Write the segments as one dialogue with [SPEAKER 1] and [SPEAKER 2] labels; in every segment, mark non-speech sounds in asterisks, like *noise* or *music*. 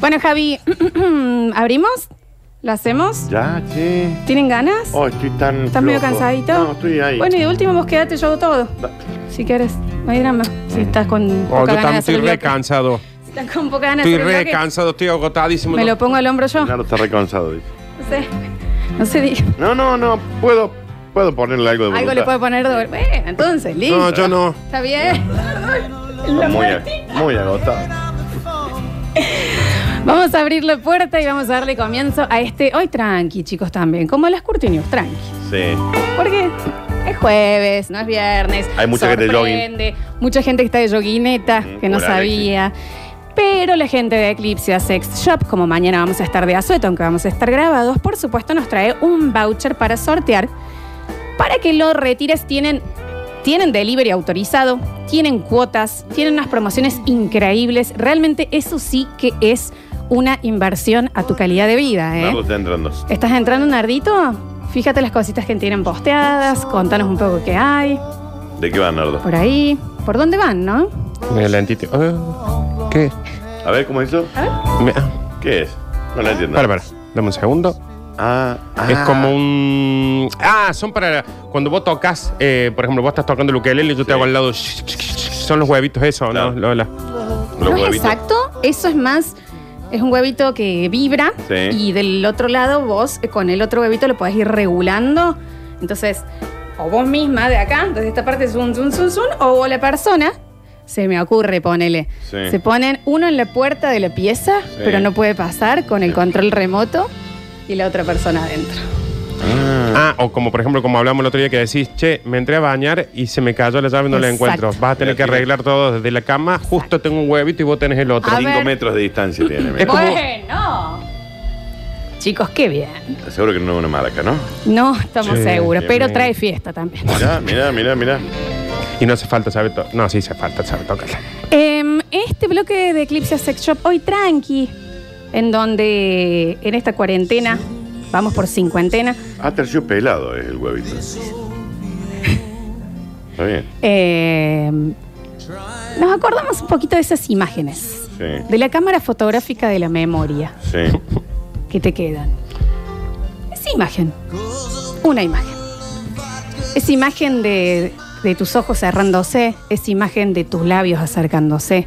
[SPEAKER 1] Bueno, Javi, *clears throat* ¿abrimos? ¿Lo hacemos?
[SPEAKER 2] Ya, che.
[SPEAKER 1] ¿Tienen ganas?
[SPEAKER 2] Oh, estoy tan.
[SPEAKER 1] ¿Estás medio
[SPEAKER 2] flojo.
[SPEAKER 1] cansadito?
[SPEAKER 2] No, estoy ahí.
[SPEAKER 1] Bueno, y de último vos quedate, yo hago todo. Si quieres, no hay drama. Si estás con
[SPEAKER 3] Oh, yo
[SPEAKER 1] poca ganas
[SPEAKER 3] también
[SPEAKER 1] de hacer
[SPEAKER 3] estoy
[SPEAKER 1] el
[SPEAKER 3] re
[SPEAKER 1] bloque.
[SPEAKER 3] cansado.
[SPEAKER 1] Si estás con poca ganas de
[SPEAKER 3] Estoy
[SPEAKER 1] hacer el
[SPEAKER 3] re
[SPEAKER 1] bloque,
[SPEAKER 3] cansado, estoy agotadísimo.
[SPEAKER 1] Me lo pongo al hombro yo. No,
[SPEAKER 2] Nardo está reconcado, dice.
[SPEAKER 1] sé. No sé, digo.
[SPEAKER 2] No, no, no. Puedo, puedo ponerle algo de voluntad.
[SPEAKER 1] Algo le puede poner de Bueno, entonces, listo.
[SPEAKER 3] No, yo no.
[SPEAKER 1] Está
[SPEAKER 3] *laughs*
[SPEAKER 1] bien.
[SPEAKER 2] Está muy, ag- muy agotado.
[SPEAKER 1] Vamos a abrir la puerta y vamos a darle comienzo a este. Hoy tranqui, chicos, también. Como las Curti News, tranqui.
[SPEAKER 2] Sí.
[SPEAKER 1] Porque es jueves, no es viernes.
[SPEAKER 2] Hay mucha gente de jogging.
[SPEAKER 1] sorprende, Mucha gente que está de joguineta,
[SPEAKER 2] Mm,
[SPEAKER 1] que no
[SPEAKER 2] por Alexis.
[SPEAKER 1] sabía. Pero la gente de Eclipse Sex Shop, como mañana vamos a estar de azueto, aunque vamos a estar grabados, por supuesto nos trae un voucher para sortear. Para que lo retires tienen, tienen delivery autorizado, tienen cuotas, tienen unas promociones increíbles. Realmente eso sí que es una inversión a tu calidad de vida. ¿eh?
[SPEAKER 2] Nardo está entrando.
[SPEAKER 1] ¿Estás entrando, Nardito? Fíjate las cositas que tienen posteadas, contanos un poco qué hay,
[SPEAKER 2] ¿De qué va, Nardo?
[SPEAKER 1] por ahí, por dónde van, ¿no?
[SPEAKER 3] Me lentito. Ah, ¿Qué?
[SPEAKER 2] A ver, ¿cómo es eso?
[SPEAKER 3] Me- ah,
[SPEAKER 2] ¿Qué es? No lo entiendo.
[SPEAKER 3] Para, para. Dame un segundo.
[SPEAKER 2] Ah, ah.
[SPEAKER 3] Es como un. Ah, son para. Cuando vos tocas, eh, por ejemplo, vos estás tocando el ukelele y yo te hago al lado. Son los huevitos, eso,
[SPEAKER 2] Claro.
[SPEAKER 3] ¿no? Lola.
[SPEAKER 2] Los
[SPEAKER 1] no es
[SPEAKER 2] huevitos.
[SPEAKER 1] exacto, eso es más, es un huevito que vibra
[SPEAKER 2] Sí.
[SPEAKER 1] y del otro lado vos eh, con el otro huevito lo podés ir regulando. Entonces, o vos misma de acá, desde esta parte zoom, zoom, zoom, zoom, o la persona, se me ocurre, ponele.
[SPEAKER 2] Sí.
[SPEAKER 1] Se ponen uno en la puerta de la pieza, pero no puede pasar con el control remoto y la otra persona adentro.
[SPEAKER 2] Ah.
[SPEAKER 3] Ah, o como por ejemplo, como hablamos el otro día que decís, che, me entré a bañar y se me cayó la llave y no la
[SPEAKER 1] Exacto.
[SPEAKER 3] encuentro. Vas a tener que
[SPEAKER 2] Mira,
[SPEAKER 3] arreglar todo desde la cama, justo tengo un huevito y vos tenés el otro.
[SPEAKER 1] A
[SPEAKER 2] Cinco
[SPEAKER 1] ver.
[SPEAKER 2] metros de distancia
[SPEAKER 1] *laughs*
[SPEAKER 2] tiene. mira.
[SPEAKER 3] Es como-
[SPEAKER 1] Bueno. Chicos, qué bien.
[SPEAKER 2] Seguro que no es una marca, ¿no?
[SPEAKER 1] No estamos
[SPEAKER 3] Sí,
[SPEAKER 1] seguros,
[SPEAKER 2] bien,
[SPEAKER 1] pero
[SPEAKER 3] bien.
[SPEAKER 1] trae fiesta también.
[SPEAKER 2] Mirá, mirá, mirá, mirá.
[SPEAKER 3] Y no hace falta saber todo. No, sí hace falta saber tocarla.
[SPEAKER 1] Em, este bloque de Eclipse Sex Shop hoy tranqui, en donde en esta cuarentena, vamos por cincuentena,
[SPEAKER 2] Ah, terciopelado es el huevito. Está bien.
[SPEAKER 1] em, nos acordamos un poquito de esas imágenes,
[SPEAKER 2] Sí,
[SPEAKER 1] de la cámara fotográfica de la memoria
[SPEAKER 2] sí.
[SPEAKER 1] que te quedan. Esa imagen, una imagen. Es imagen de, de tus ojos cerrándose, es imagen de tus labios acercándose,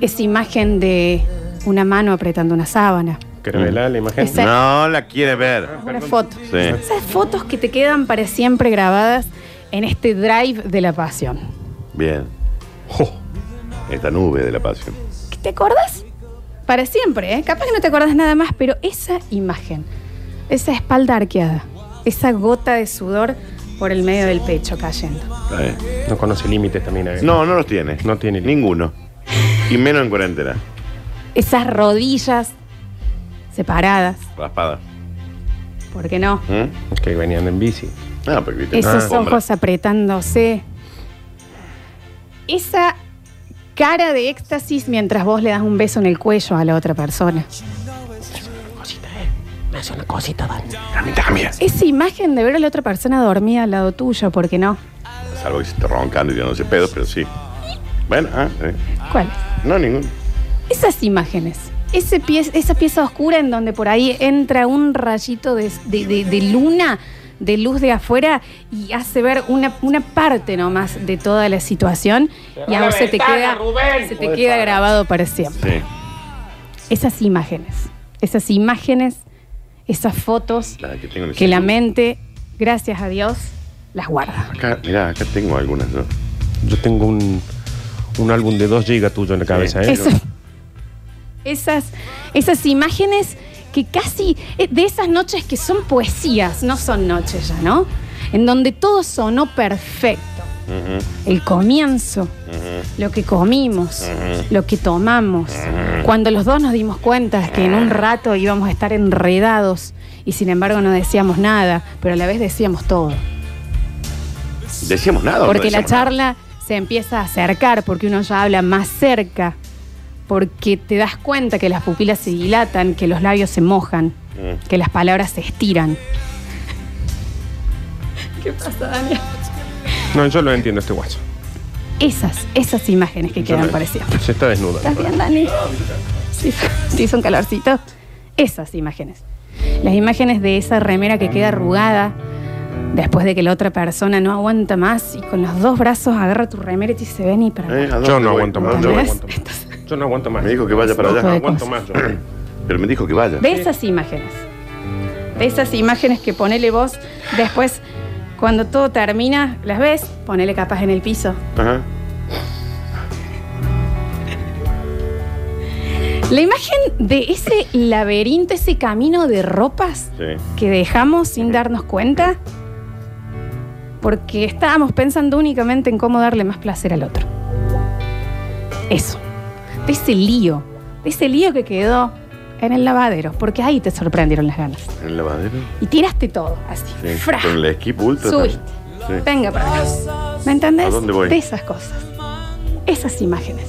[SPEAKER 1] es imagen de una mano apretando una sábana,
[SPEAKER 3] ¿Querés verla la imagen?
[SPEAKER 1] Exacto. Sí.
[SPEAKER 2] No la quiere ver.
[SPEAKER 1] una foto.
[SPEAKER 2] Sí.
[SPEAKER 1] Esas fotos que te quedan para siempre grabadas en este drive de la pasión.
[SPEAKER 2] Bien.
[SPEAKER 3] Oh,
[SPEAKER 2] Esta nube de la pasión.
[SPEAKER 1] ¿Qué ¿Te acordás? Para siempre, ¿eh? Capaz que no te acordás nada más, pero esa imagen, esa espalda arqueada, esa gota de sudor por el medio del pecho cayendo.
[SPEAKER 2] Está bien.
[SPEAKER 3] no conoce límites también. eh.
[SPEAKER 2] No, no los tiene.
[SPEAKER 3] No tiene ni-
[SPEAKER 2] ninguno. Y menos en cuarentena.
[SPEAKER 1] Esas rodillas separadas,
[SPEAKER 2] Raspada.
[SPEAKER 1] ¿por qué no?
[SPEAKER 2] ¿Mm?
[SPEAKER 3] Que venían en bici.
[SPEAKER 2] Ah, pero viste,
[SPEAKER 1] Esos
[SPEAKER 2] no, hombre.
[SPEAKER 1] ojos apretándose. Esa cara de éxtasis mientras vos le das un beso en el cuello a la otra persona. Esa imagen de ver a la otra persona dormida al lado tuyo, ¿por qué no?
[SPEAKER 2] Salvo que se esté roncando y yo no sé pedo, pero sí. Bueno, ah, eh.
[SPEAKER 1] ¿Cuál?
[SPEAKER 2] no, ninguno.
[SPEAKER 1] Esas imágenes. Ese pie- esa pieza oscura en donde por ahí entra un rayito de, de- de- de luna, de luz de afuera, y hace ver una, una parte nomás de toda la situación. y a vos se te queda, se te queda grabado para siempre.
[SPEAKER 2] Sí.
[SPEAKER 1] Esas imágenes. Esas imágenes, esas fotos
[SPEAKER 2] La que tengo en el
[SPEAKER 1] que la
[SPEAKER 2] celular.
[SPEAKER 1] mente, gracias a Dios, las guarda.
[SPEAKER 2] Acá, mirá, acá tengo algunas, ¿no?
[SPEAKER 3] Yo tengo un, un álbum de 2 gigas tuyo en la cabeza, ¿eh?
[SPEAKER 1] Eso- esas, esas imágenes que casi, eh, de esas noches que son poesías, no son noches ya, ¿no? En donde todo sonó perfecto.
[SPEAKER 2] Ujú,
[SPEAKER 1] El comienzo,
[SPEAKER 2] ujú.
[SPEAKER 1] lo que comimos,
[SPEAKER 2] Ujú.
[SPEAKER 1] lo que tomamos, cuando los dos nos dimos cuenta que en un rato íbamos a estar enredados y sin embargo no decíamos nada, pero a la vez decíamos todo.
[SPEAKER 2] Decíamos nada. ¿o no
[SPEAKER 1] Porque la
[SPEAKER 2] decíamos nada?
[SPEAKER 1] charla se empieza a acercar, porque uno ya habla más cerca, porque te das cuenta que las pupilas se dilatan, que los labios se mojan,
[SPEAKER 2] Mm.
[SPEAKER 1] que las palabras se estiran. ¿Qué pasa, Daniel?
[SPEAKER 3] No, yo lo entiendo este guacho.
[SPEAKER 1] Esas, esas imágenes que
[SPEAKER 3] Yo
[SPEAKER 1] quedan
[SPEAKER 3] lo-
[SPEAKER 1] para siempre.
[SPEAKER 3] Se está desnudo.
[SPEAKER 1] ¿Estás bien, Dani? Sí, sí, hizo un calorcito. Esas imágenes. Las imágenes de esa remera que queda arrugada después de que la otra persona no aguanta más y con los dos brazos agarra tu remera y te dice, ven y para
[SPEAKER 2] Eh, ¿a
[SPEAKER 1] acá".
[SPEAKER 2] dónde
[SPEAKER 3] Yo no
[SPEAKER 2] voy?
[SPEAKER 3] aguanto
[SPEAKER 2] ¿A
[SPEAKER 3] más.
[SPEAKER 2] dónde
[SPEAKER 3] Yo no
[SPEAKER 2] voy?
[SPEAKER 1] ¿Ves?
[SPEAKER 3] aguanto más. Yo no aguanto más.
[SPEAKER 2] Me dijo que vaya para
[SPEAKER 3] No
[SPEAKER 2] allá.
[SPEAKER 3] aguanto más. yo.
[SPEAKER 2] Pero me dijo que vaya.
[SPEAKER 1] De esas imágenes. De esas imágenes que ponele vos después, cuando todo termina, las ves, ponele capas en el piso.
[SPEAKER 2] Ajá.
[SPEAKER 1] La imagen de ese laberinto, ese camino de ropas
[SPEAKER 2] Sí.
[SPEAKER 1] que dejamos sin darnos cuenta, porque estábamos pensando únicamente en cómo darle más placer al otro. Eso. De ese lío, de ese lío que quedó en el lavadero, porque ahí te sorprendieron las ganas.
[SPEAKER 2] ¿En el lavadero?
[SPEAKER 1] Y tiraste todo, así.
[SPEAKER 2] Sí.
[SPEAKER 1] ¡fra!
[SPEAKER 2] Con el equipo ultra.
[SPEAKER 1] Subiste.
[SPEAKER 2] también. Sí.
[SPEAKER 1] Venga para acá. ¿Me entendés?
[SPEAKER 2] ¿A dónde voy?
[SPEAKER 1] De esas cosas. Esas imágenes.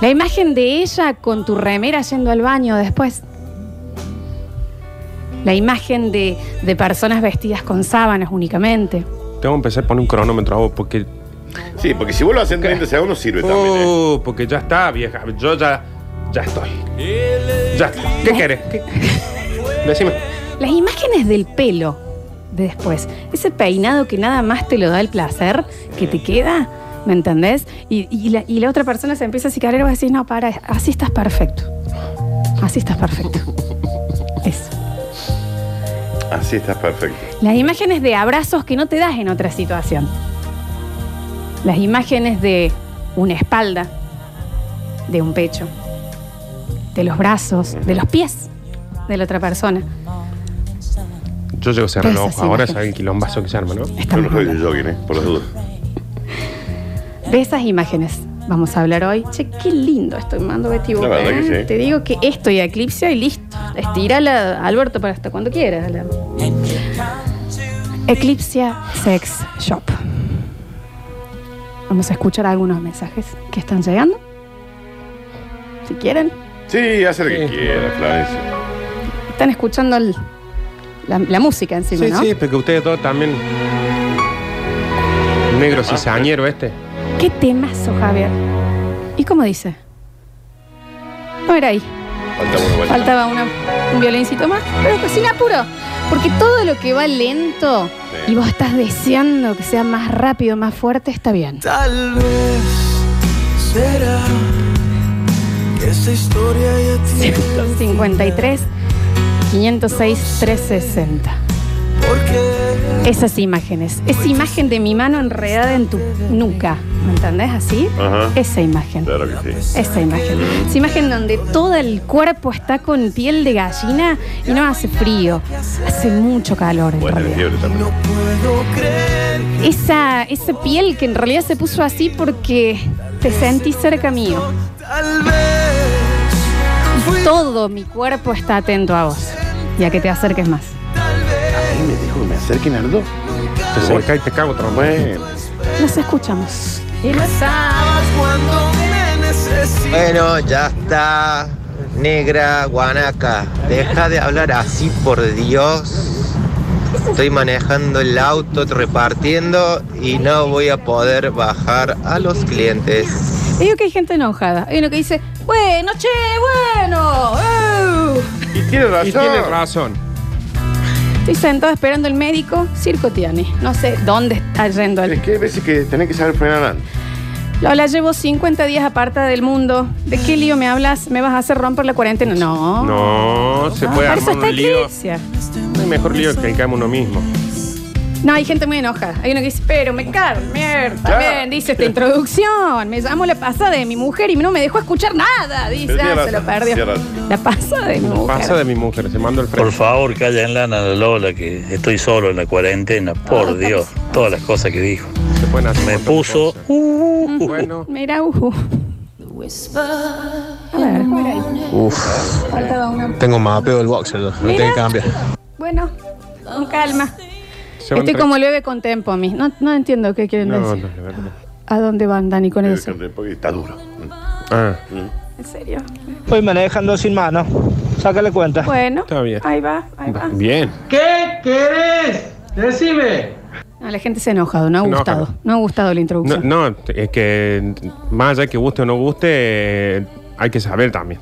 [SPEAKER 1] La imagen de ella con tu remera yendo al baño después. La imagen de, de personas vestidas con sábanas únicamente.
[SPEAKER 3] Tengo que empezar a poner un cronómetro a vos porque.
[SPEAKER 2] Sí, porque si vos lo haces en 30 segundos sirve también. ¿eh?
[SPEAKER 3] Oh, porque ya está, vieja. Yo ya. Ya estoy. Ya está. ¿Qué querés? ¿Qué- Decime.
[SPEAKER 1] Las imágenes del pelo de después. Ese peinado que nada más te lo da el placer que te queda. ¿Me entendés? Y, y la, y la otra persona se empieza a cicar y vos decís, no, para, así estás perfecto. Así estás
[SPEAKER 2] *laughs*
[SPEAKER 1] perfecto. Eso.
[SPEAKER 2] Así estás perfecto.
[SPEAKER 1] Las imágenes de abrazos que no te das en otra situación. Las imágenes de una espalda, de un pecho, de los brazos, de los pies de la otra persona.
[SPEAKER 3] Yo llego a cerrar los
[SPEAKER 1] Esas
[SPEAKER 3] ojos. Ahora
[SPEAKER 1] imágenes.
[SPEAKER 3] saben el quilombazo que se arma, ¿no?
[SPEAKER 2] Yo
[SPEAKER 1] Estamos
[SPEAKER 2] no soy
[SPEAKER 1] hablando.
[SPEAKER 2] de jogging, ¿eh? Por las dudas.
[SPEAKER 1] De esas imágenes vamos a hablar hoy. Che, qué lindo estoy mando Betty Boop,
[SPEAKER 2] La verdad
[SPEAKER 1] ¿eh?
[SPEAKER 2] que sí.
[SPEAKER 1] Te digo que esto y Eclipse y listo. Estirala, Alberto, para hasta cuando quieras. la- Eclipse Sex Shop. Vamos a escuchar algunos mensajes que están llegando. Si quieren.
[SPEAKER 2] Sí, hace lo que
[SPEAKER 3] Sí.
[SPEAKER 2] quiera, Florencia.
[SPEAKER 1] Están escuchando el- la, la música encima,
[SPEAKER 3] Sí,
[SPEAKER 1] ¿no?
[SPEAKER 3] sí, porque ustedes todos también. Negro cizañero este.
[SPEAKER 1] Qué temazo, Javier. ¿Y cómo dice? No era ahí.
[SPEAKER 2] Falta una vuelta.
[SPEAKER 1] Faltaba una- un violincito más, pero pues sin apuro. Porque todo lo que va lento
[SPEAKER 2] Sí.
[SPEAKER 1] y vos estás deseando que sea más rápido, más fuerte, está bien.
[SPEAKER 4] Tal vez será que esta historia ya tiene
[SPEAKER 1] 153, 506, 360.
[SPEAKER 4] porque
[SPEAKER 1] Esas imágenes. Esa imagen de mi mano enredada en tu nuca. ¿Me entendés? Así.
[SPEAKER 2] Ajá.
[SPEAKER 1] Esa imagen.
[SPEAKER 2] Claro que sí.
[SPEAKER 1] Esa imagen. Esa imagen donde todo el cuerpo está con piel de gallina y no hace frío. Hace mucho calor en
[SPEAKER 2] Bueno,
[SPEAKER 1] realidad.
[SPEAKER 2] fiebre también.
[SPEAKER 4] no puedo creer
[SPEAKER 1] Esa, esa piel que en realidad se puso así porque te sentí cerca mío.
[SPEAKER 4] tal vez fui
[SPEAKER 1] Todo mi cuerpo está atento a vos y a que te acerques más.
[SPEAKER 2] Ahí me dijo que me acerquen a los dos.
[SPEAKER 3] Te cerca y te cago trompa.
[SPEAKER 2] Ah, Bueno.
[SPEAKER 1] Nos escuchamos.
[SPEAKER 4] más cuando me necesitas
[SPEAKER 5] Bueno, ya está. Negra guanaca, deja de hablar así por Dios. Estoy manejando el auto, repartiendo y no voy a poder bajar a los clientes.
[SPEAKER 1] Digo que hay gente enojada. Hay uno que dice, bueno, che, bueno. eh".
[SPEAKER 2] Y tiene razón.
[SPEAKER 3] Y tiene razón.
[SPEAKER 1] Estoy sentado esperando el médico, Circo Tiani. No sé dónde está yendo
[SPEAKER 2] Es
[SPEAKER 1] él.
[SPEAKER 2] que hay veces que tenés que saber frenar antes.
[SPEAKER 1] Lola, llevo 50 días aparta del mundo. ¿De qué lío me hablas? ¿Me vas a hacer romper la cuarentena? No.
[SPEAKER 3] No, se
[SPEAKER 1] Ah,
[SPEAKER 3] puede
[SPEAKER 1] para eso
[SPEAKER 3] armar
[SPEAKER 1] está
[SPEAKER 3] un lío.
[SPEAKER 1] Eclipse.
[SPEAKER 3] No hay mejor lío que el que hagamos uno mismo.
[SPEAKER 1] No, hay gente muy enojada. Hay uno que dice, pero me Carmen, también dice esta introducción. Me llamó la pasada de mi mujer y no me dejó escuchar nada. Dice,
[SPEAKER 2] Pero
[SPEAKER 1] ah,
[SPEAKER 2] tiene
[SPEAKER 1] se lo
[SPEAKER 2] razón,
[SPEAKER 1] perdió.
[SPEAKER 2] tiene razón.
[SPEAKER 1] La pasada de mi mujer.
[SPEAKER 3] Pasa de mi mujer, se manda el
[SPEAKER 6] Por
[SPEAKER 3] frente.
[SPEAKER 6] favor, cállenla a la Lola, que estoy solo en la cuarentena. Por Dios, todas las cosas que dijo.
[SPEAKER 3] Se pueden hacer
[SPEAKER 6] Me
[SPEAKER 3] otras
[SPEAKER 6] puso.
[SPEAKER 3] cosas.
[SPEAKER 6] uh, uh, uh.
[SPEAKER 3] Bueno,
[SPEAKER 1] Mira, ujú. A ver, mira ahí. Faltaba una.
[SPEAKER 7] Tengo mapeo del boxer, yo. lo tengo que cambiar.
[SPEAKER 1] Bueno, con calma.
[SPEAKER 3] se van
[SPEAKER 1] Estoy
[SPEAKER 3] tres-
[SPEAKER 1] como el bebé con tempo a mí. No, no entiendo qué quieren
[SPEAKER 3] No,
[SPEAKER 1] decir.
[SPEAKER 3] no, la verdad.
[SPEAKER 1] ¿A dónde van, Dani, con eso? Pues
[SPEAKER 2] Porque está duro.
[SPEAKER 3] Ah,
[SPEAKER 1] ¿En serio?
[SPEAKER 8] Voy manejando sin mano. Sácale cuenta.
[SPEAKER 1] Bueno,
[SPEAKER 3] Está bien.
[SPEAKER 1] ahí va, ahí va.
[SPEAKER 3] bien.
[SPEAKER 9] ¿Qué querés? Decime.
[SPEAKER 1] Ah, A la gente se ha enojado, no ha
[SPEAKER 3] Se enoja,
[SPEAKER 1] gustado.
[SPEAKER 3] ¿no?
[SPEAKER 1] No ha gustado la
[SPEAKER 3] No,
[SPEAKER 1] introducción.
[SPEAKER 3] no, es que más allá de que guste o no guste, eh, hay que saber también.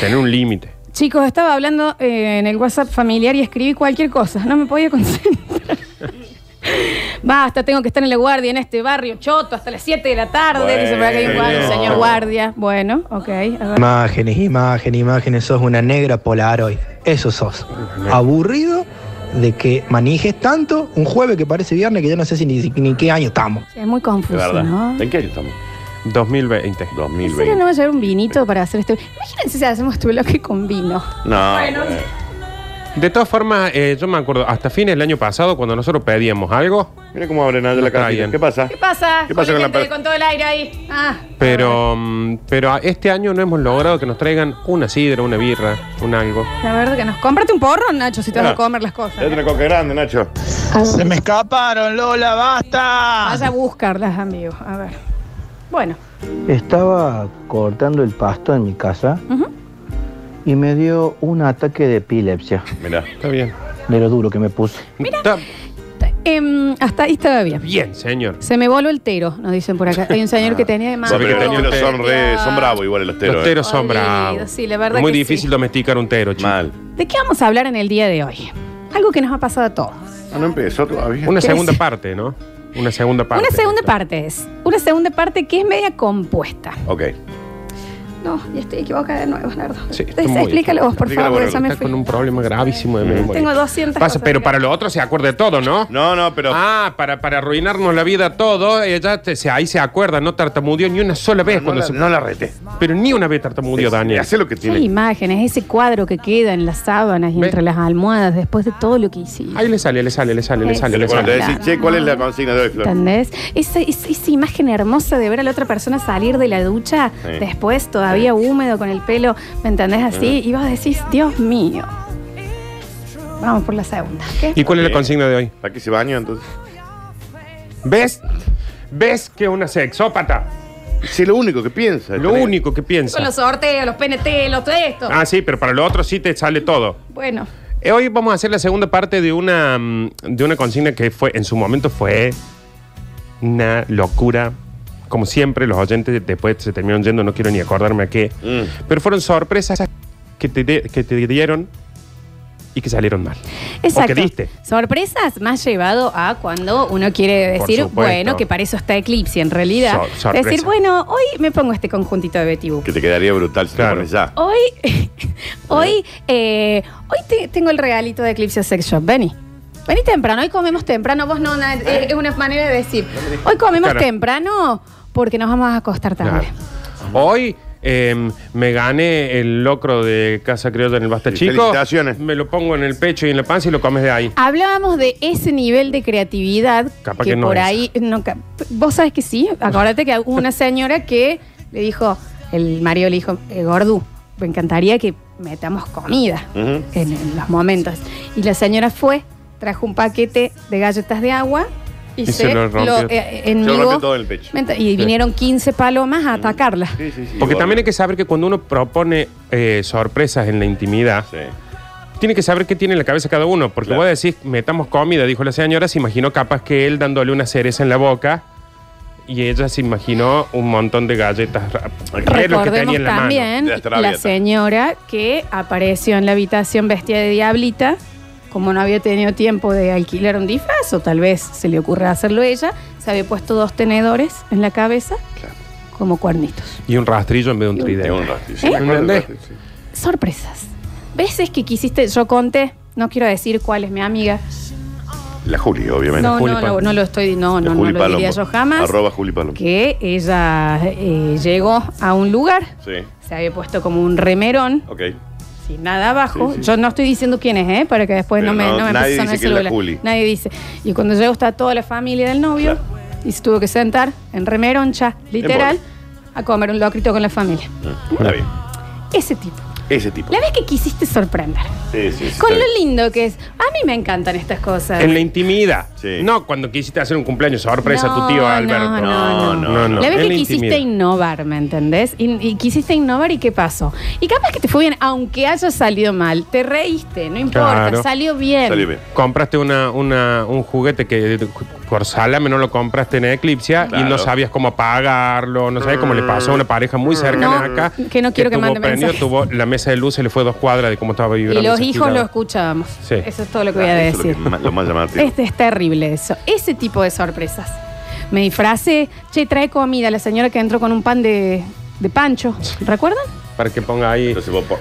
[SPEAKER 3] Tener un límite.
[SPEAKER 1] Chicos, estaba hablando eh, en el WhatsApp familiar y escribí cualquier cosa. No me podía
[SPEAKER 2] *laughs*
[SPEAKER 1] concentrar. Basta, tengo que estar en la guardia en este barrio choto hasta las 7 de la tarde. dice por acá hay un
[SPEAKER 3] Bueno.
[SPEAKER 1] guardia, señor guardia. Bueno, ok. a ver.
[SPEAKER 9] Imágenes, imágenes, imágenes. Sos una negra polaroid. Eso sos. Aburrido de que manejes tanto un jueves que parece viernes que yo no sé si ni, ni qué año estamos.
[SPEAKER 1] Sí, Es muy
[SPEAKER 2] De
[SPEAKER 1] confuso,
[SPEAKER 2] verdad.
[SPEAKER 1] ¿no?
[SPEAKER 2] ¿En qué año estamos?
[SPEAKER 3] 2020.
[SPEAKER 1] ¿En serio
[SPEAKER 2] 2020.
[SPEAKER 1] no va a llevar un vinito para hacer este? Imagínense si hacemos tu bloque con vino.
[SPEAKER 2] No.
[SPEAKER 1] Bueno.
[SPEAKER 2] bueno.
[SPEAKER 3] De todas formas, eh, yo me acuerdo, hasta fines del año pasado, cuando nosotros pedíamos algo,
[SPEAKER 2] Mira cómo abren allá la
[SPEAKER 3] Nos
[SPEAKER 2] cajita.
[SPEAKER 3] traían.
[SPEAKER 2] ¿Qué pasa?
[SPEAKER 1] ¿Qué pasa?
[SPEAKER 2] ¿Qué pasa con la
[SPEAKER 1] gente,
[SPEAKER 2] per-
[SPEAKER 1] con todo el aire ahí. Ah,
[SPEAKER 3] pero, mm, pero a- este año no hemos logrado que nos traigan una sidra, una birra, un algo.
[SPEAKER 1] La verdad que nos. Cómprate un porro, Nacho, si te vas a
[SPEAKER 2] Bueno.
[SPEAKER 1] comer las cosas.
[SPEAKER 2] Es una coca grande, Nacho.
[SPEAKER 8] Se me escaparon, Lola, basta.
[SPEAKER 1] Vaya a buscarlas, amigo. A ver. Bueno.
[SPEAKER 9] Estaba cortando el pasto en mi casa
[SPEAKER 1] Ujú.
[SPEAKER 9] y me dio un ataque de epilepsia.
[SPEAKER 2] Mira.
[SPEAKER 3] Está bien.
[SPEAKER 9] De lo duro que me puse.
[SPEAKER 3] Está
[SPEAKER 1] Em, hasta ahí estaba bien.
[SPEAKER 3] bien, señor.
[SPEAKER 1] Se me voló el tero, nos dicen por acá. Hay un señor que tenía de más.
[SPEAKER 2] No,
[SPEAKER 3] Sabe Ah. que
[SPEAKER 2] pero
[SPEAKER 3] tenía
[SPEAKER 2] los
[SPEAKER 3] un
[SPEAKER 2] teros
[SPEAKER 3] tero.
[SPEAKER 2] son, re, son bravos igual los teros.
[SPEAKER 3] Los
[SPEAKER 2] eh.
[SPEAKER 3] teros son
[SPEAKER 1] Olvido,
[SPEAKER 3] bravos.
[SPEAKER 1] sí, la verdad
[SPEAKER 3] Muy
[SPEAKER 1] que
[SPEAKER 3] difícil
[SPEAKER 1] sí.
[SPEAKER 3] domesticar un tero, chico.
[SPEAKER 2] Mal.
[SPEAKER 1] ¿De qué vamos a hablar en el día de hoy? Algo que nos ha pasado a todos.
[SPEAKER 2] Ah, no empezó todavía.
[SPEAKER 3] Una
[SPEAKER 1] ¿Qué
[SPEAKER 3] segunda
[SPEAKER 1] decís?
[SPEAKER 3] parte, ¿no? Una segunda parte.
[SPEAKER 1] Una segunda parte es. Una segunda parte que es media compuesta.
[SPEAKER 2] Ok.
[SPEAKER 1] No, ya estoy equivocada de nuevo, Nardo.
[SPEAKER 3] Sí,
[SPEAKER 1] Es-
[SPEAKER 3] estoy muy
[SPEAKER 1] explícalo vos, por
[SPEAKER 2] Explícalo
[SPEAKER 1] favor,
[SPEAKER 2] vos,
[SPEAKER 1] ya me
[SPEAKER 3] Está
[SPEAKER 1] fui.
[SPEAKER 3] con un problema gravísimo de memoria.
[SPEAKER 1] Tengo 200
[SPEAKER 3] Pasa,
[SPEAKER 1] cosas
[SPEAKER 3] pero
[SPEAKER 1] acá.
[SPEAKER 3] para lo otro se acuerda de todo, ¿no?
[SPEAKER 2] No, no, pero.
[SPEAKER 3] Ah, para, para arruinarnos la vida a todos, ella te- se- ahí se acuerda, no tartamudeó ni una sola vez
[SPEAKER 2] no,
[SPEAKER 3] cuando
[SPEAKER 2] la,
[SPEAKER 3] se-
[SPEAKER 2] no la reté.
[SPEAKER 3] Pero ni una vez tartamudeó, Daniel.
[SPEAKER 2] Hace lo que
[SPEAKER 1] Hay
[SPEAKER 2] tiene.
[SPEAKER 1] imágenes, ese cuadro que queda en las sábanas y
[SPEAKER 3] Ve.
[SPEAKER 1] entre las almohadas después de todo lo que hicimos.
[SPEAKER 3] Ahí le sale, le sale, le sale, le
[SPEAKER 1] Sí,
[SPEAKER 3] sale, le
[SPEAKER 2] Bueno, te
[SPEAKER 3] sale.
[SPEAKER 1] Claro.
[SPEAKER 2] decís, che, ¿cuál es la consigna de hoy, Flor?
[SPEAKER 1] ¿Entendés? Esa, esa- esa imagen hermosa de ver a la otra persona salir de la ducha,
[SPEAKER 2] Sí.
[SPEAKER 1] después todavía húmedo con el pelo, ¿me entendés? Así, y vos decís, Dios mío. Vamos por la segunda. ¿qué?
[SPEAKER 3] ¿Y cuál es la
[SPEAKER 2] Ok.
[SPEAKER 3] consigna de hoy?
[SPEAKER 2] ¿Para qué se bañó entonces?
[SPEAKER 3] ¿Ves? ¿Ves que es una sexópata?
[SPEAKER 2] Si lo único que piensa.
[SPEAKER 3] Lo
[SPEAKER 2] tenés-
[SPEAKER 3] único que
[SPEAKER 1] Son
[SPEAKER 3] piensa.
[SPEAKER 1] los sorteos, los PNT, los todo esto.
[SPEAKER 3] Ah, sí, pero para lo otro sí te sale todo.
[SPEAKER 1] Bueno,
[SPEAKER 3] Eh, Hoy vamos a hacer la segunda parte de una, mm, de una consigna que fue en su momento fue una locura. Como siempre, los oyentes después se terminaron yendo, no quiero ni acordarme a qué.
[SPEAKER 2] Mm.
[SPEAKER 3] Pero fueron sorpresas que te, de- que te dieron y que salieron mal.
[SPEAKER 1] exacto.
[SPEAKER 3] O que diste.
[SPEAKER 1] Sorpresas más llevado a cuando uno quiere
[SPEAKER 3] Por
[SPEAKER 1] decir,
[SPEAKER 3] supuesto.
[SPEAKER 1] bueno, que para eso está Eclipse en realidad.
[SPEAKER 3] Sor- sorpresa.
[SPEAKER 1] decir, bueno, hoy me pongo este conjuntito de Betty Boop.
[SPEAKER 2] Que te quedaría brutal si
[SPEAKER 3] Claro.
[SPEAKER 2] te pones ya.
[SPEAKER 3] *laughs*
[SPEAKER 1] Hoy, hoy, eh, hoy te- tengo el regalito de Eclipse Sex Shop. Vení. Vení temprano, hoy comemos temprano. Vos no, na- eh, es una manera de decir. Hoy comemos
[SPEAKER 3] Claro.
[SPEAKER 1] temprano porque nos vamos a acostar tarde.
[SPEAKER 3] Claro. Hoy eh, me gané el locro de Casa Criolla en el Basta
[SPEAKER 2] Sí,
[SPEAKER 3] Chico.
[SPEAKER 2] felicitaciones.
[SPEAKER 3] Me lo pongo en el pecho y en la panza y lo comes de ahí.
[SPEAKER 1] Hablábamos de ese nivel de creatividad
[SPEAKER 3] Capaz que no
[SPEAKER 1] por
[SPEAKER 3] es.
[SPEAKER 1] ahí. no, cap- vos sabés que sí. Acuérdate que hubo una señora que le dijo, el marido le dijo, eh, Gordu, me encantaría que metamos comida.
[SPEAKER 2] Ujú.
[SPEAKER 1] en, en los momentos. Y la señora fue, trajo un paquete de galletas de agua y,
[SPEAKER 3] Y
[SPEAKER 1] se,
[SPEAKER 3] se lo rompió.
[SPEAKER 1] eh,
[SPEAKER 2] Se lo
[SPEAKER 1] enmigó.
[SPEAKER 2] rompió todo en el pecho.
[SPEAKER 1] Ment- Y vinieron 15 palomas
[SPEAKER 3] Mm.
[SPEAKER 1] a atacarla.
[SPEAKER 2] Sí, sí, sí.
[SPEAKER 3] Porque
[SPEAKER 2] obvio.
[SPEAKER 3] también hay que saber que cuando uno propone eh, sorpresas en la intimidad,
[SPEAKER 2] Sí.
[SPEAKER 3] tiene que saber qué tiene en la cabeza cada uno. Porque
[SPEAKER 2] Claro.
[SPEAKER 3] vos decís, metamos comida, dijo la señora, se imaginó capaz que él dándole una cereza en la boca. Y ella se imaginó un montón de galletas. ra- que es lo que tenía
[SPEAKER 1] Recordemos
[SPEAKER 3] en la mano.
[SPEAKER 1] también ¿eh?
[SPEAKER 2] De
[SPEAKER 1] la,
[SPEAKER 2] Traviata.
[SPEAKER 1] señora que apareció en la habitación vestida de diablita, como no había tenido tiempo de alquilar un disfraz, o tal vez se le ocurre hacerlo ella, se había puesto dos tenedores en la cabeza
[SPEAKER 2] Claro.
[SPEAKER 1] como cuernitos.
[SPEAKER 3] Y un rastrillo en vez de un
[SPEAKER 2] Es
[SPEAKER 3] tridente.
[SPEAKER 2] un rastrillo.
[SPEAKER 1] ¿Eh?
[SPEAKER 2] Sí, me acuerdo del
[SPEAKER 3] ¿Entendés?
[SPEAKER 2] rastrillo, sí.
[SPEAKER 1] Sorpresas. Veces que quisiste, yo conté, no quiero decir cuál es mi amiga,
[SPEAKER 2] La Juli, obviamente.
[SPEAKER 1] No,
[SPEAKER 3] Juli
[SPEAKER 1] no,
[SPEAKER 3] Palombo.
[SPEAKER 1] no, no lo estoy, no,
[SPEAKER 2] La
[SPEAKER 1] no, no
[SPEAKER 2] Juli
[SPEAKER 1] lo
[SPEAKER 2] Palombo.
[SPEAKER 1] diría yo jamás.
[SPEAKER 2] Arroba Juli Palombo.
[SPEAKER 1] Que ella eh, llegó a un lugar,
[SPEAKER 2] Sí.
[SPEAKER 1] se había puesto como un remerón,
[SPEAKER 2] Ok. Mm.
[SPEAKER 1] sin nada abajo.
[SPEAKER 2] Sí, sí.
[SPEAKER 1] Yo no estoy diciendo quién es, ¿eh? Para que después
[SPEAKER 2] Pero
[SPEAKER 1] no me,
[SPEAKER 2] no,
[SPEAKER 1] no, me
[SPEAKER 2] nadie
[SPEAKER 1] empiece a sonar
[SPEAKER 2] dice que
[SPEAKER 1] el
[SPEAKER 2] es la
[SPEAKER 1] celular.
[SPEAKER 2] Juli.
[SPEAKER 1] Nadie dice. Y cuando llegó estaba toda la familia del novio
[SPEAKER 2] Claro.
[SPEAKER 1] y se tuvo que sentar en remeroncha, literal,
[SPEAKER 2] bola.
[SPEAKER 1] a comer un locrito con la familia.
[SPEAKER 2] Mm, Está bien.
[SPEAKER 1] Ese tipo.
[SPEAKER 2] Ese tipo.
[SPEAKER 1] La vez que quisiste sorprender.
[SPEAKER 2] Sí, sí, sí,
[SPEAKER 1] Con
[SPEAKER 2] está
[SPEAKER 1] lo
[SPEAKER 2] bien.
[SPEAKER 1] lindo que es. A mí me encantan estas cosas.
[SPEAKER 3] En la intimidad.
[SPEAKER 2] Sí.
[SPEAKER 3] No cuando quisiste hacer un cumpleaños sorpresa a tu tío
[SPEAKER 1] No,
[SPEAKER 3] Alberto.
[SPEAKER 1] no, no,
[SPEAKER 2] no.
[SPEAKER 1] la vez
[SPEAKER 3] en
[SPEAKER 1] que
[SPEAKER 3] la
[SPEAKER 1] quisiste
[SPEAKER 3] intimidad.
[SPEAKER 1] innovar, ¿me entendés? Y, y quisiste innovar y qué pasó. Y capaz que te fue bien, aunque haya salido mal. Te reíste, no importa,
[SPEAKER 3] Claro.
[SPEAKER 1] salió bien.
[SPEAKER 2] Salió bien.
[SPEAKER 3] Compraste una, una- un juguete que por salame no lo compraste en Eclipse y
[SPEAKER 2] Claro. Mm.
[SPEAKER 3] no sabías cómo pagarlo, no sabías cómo le pasó a una pareja muy cercana
[SPEAKER 1] No,
[SPEAKER 3] acá.
[SPEAKER 1] que no quiero que
[SPEAKER 3] tuvo
[SPEAKER 1] mande
[SPEAKER 3] prendido,
[SPEAKER 1] mensajes.
[SPEAKER 3] tuvo La mesa de luz se le fue dos cuadras de cómo estaba
[SPEAKER 1] Y
[SPEAKER 3] vibrando.
[SPEAKER 1] los
[SPEAKER 3] ese
[SPEAKER 1] hijos lo
[SPEAKER 3] tirador.
[SPEAKER 1] escuchábamos.
[SPEAKER 3] Sí.
[SPEAKER 1] Eso es todo lo que voy a
[SPEAKER 2] Ah, eso es
[SPEAKER 1] decir.
[SPEAKER 2] Lo, que más- lo más llamativo.
[SPEAKER 1] Este es terrible eso. Ese tipo de sorpresas. Me disfracé, che, trae comida. La señora que entró con un pan de, de pancho. ¿Recuerdan?
[SPEAKER 3] Para que ponga ahí.
[SPEAKER 2] Entonces vos po-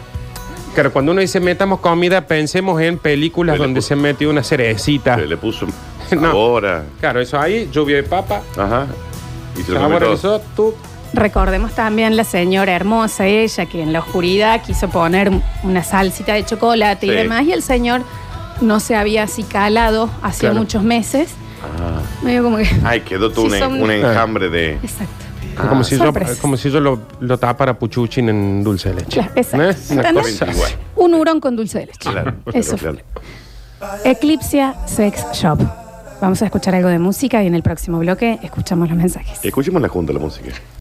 [SPEAKER 3] Claro, cuando uno dice metamos comida, pensemos en películas
[SPEAKER 2] Se le
[SPEAKER 3] donde
[SPEAKER 2] puso-
[SPEAKER 3] se metió una cerecita.
[SPEAKER 2] se le puso
[SPEAKER 3] Ah. *laughs* No.
[SPEAKER 2] ahora.
[SPEAKER 3] Claro, eso ahí, lluvia de papa,
[SPEAKER 2] Ajá. Y se lo comió
[SPEAKER 3] ahora
[SPEAKER 2] todo.
[SPEAKER 3] eso, tú.
[SPEAKER 1] Recordemos también la señora hermosa, ella que en la oscuridad quiso poner una salsita de chocolate y
[SPEAKER 2] Sí.
[SPEAKER 1] demás, y el señor no se había así calado hacía
[SPEAKER 3] Claro.
[SPEAKER 1] muchos meses.
[SPEAKER 2] Ah.
[SPEAKER 1] Medio como que.
[SPEAKER 2] Ay, quedó todo
[SPEAKER 1] Sí,
[SPEAKER 2] un,
[SPEAKER 1] son-
[SPEAKER 2] un
[SPEAKER 1] *laughs*
[SPEAKER 2] enjambre de.
[SPEAKER 1] Exacto.
[SPEAKER 3] como, si yo,
[SPEAKER 1] sorpresa.
[SPEAKER 3] como si yo lo, lo tapara puchuchin en dulce de leche.
[SPEAKER 1] Claro, exacto.
[SPEAKER 3] ¿Eh? Una
[SPEAKER 1] ¿Entendés?
[SPEAKER 3] cosa.
[SPEAKER 2] igual.
[SPEAKER 1] Un hurón con dulce de leche.
[SPEAKER 2] Claro,
[SPEAKER 1] Eso
[SPEAKER 2] claro,
[SPEAKER 1] fue.
[SPEAKER 2] claro.
[SPEAKER 1] Eclipsia Sex Shop. Vamos a escuchar algo de música y en el próximo bloque escuchamos los mensajes.
[SPEAKER 2] Escuchemos la junta la música.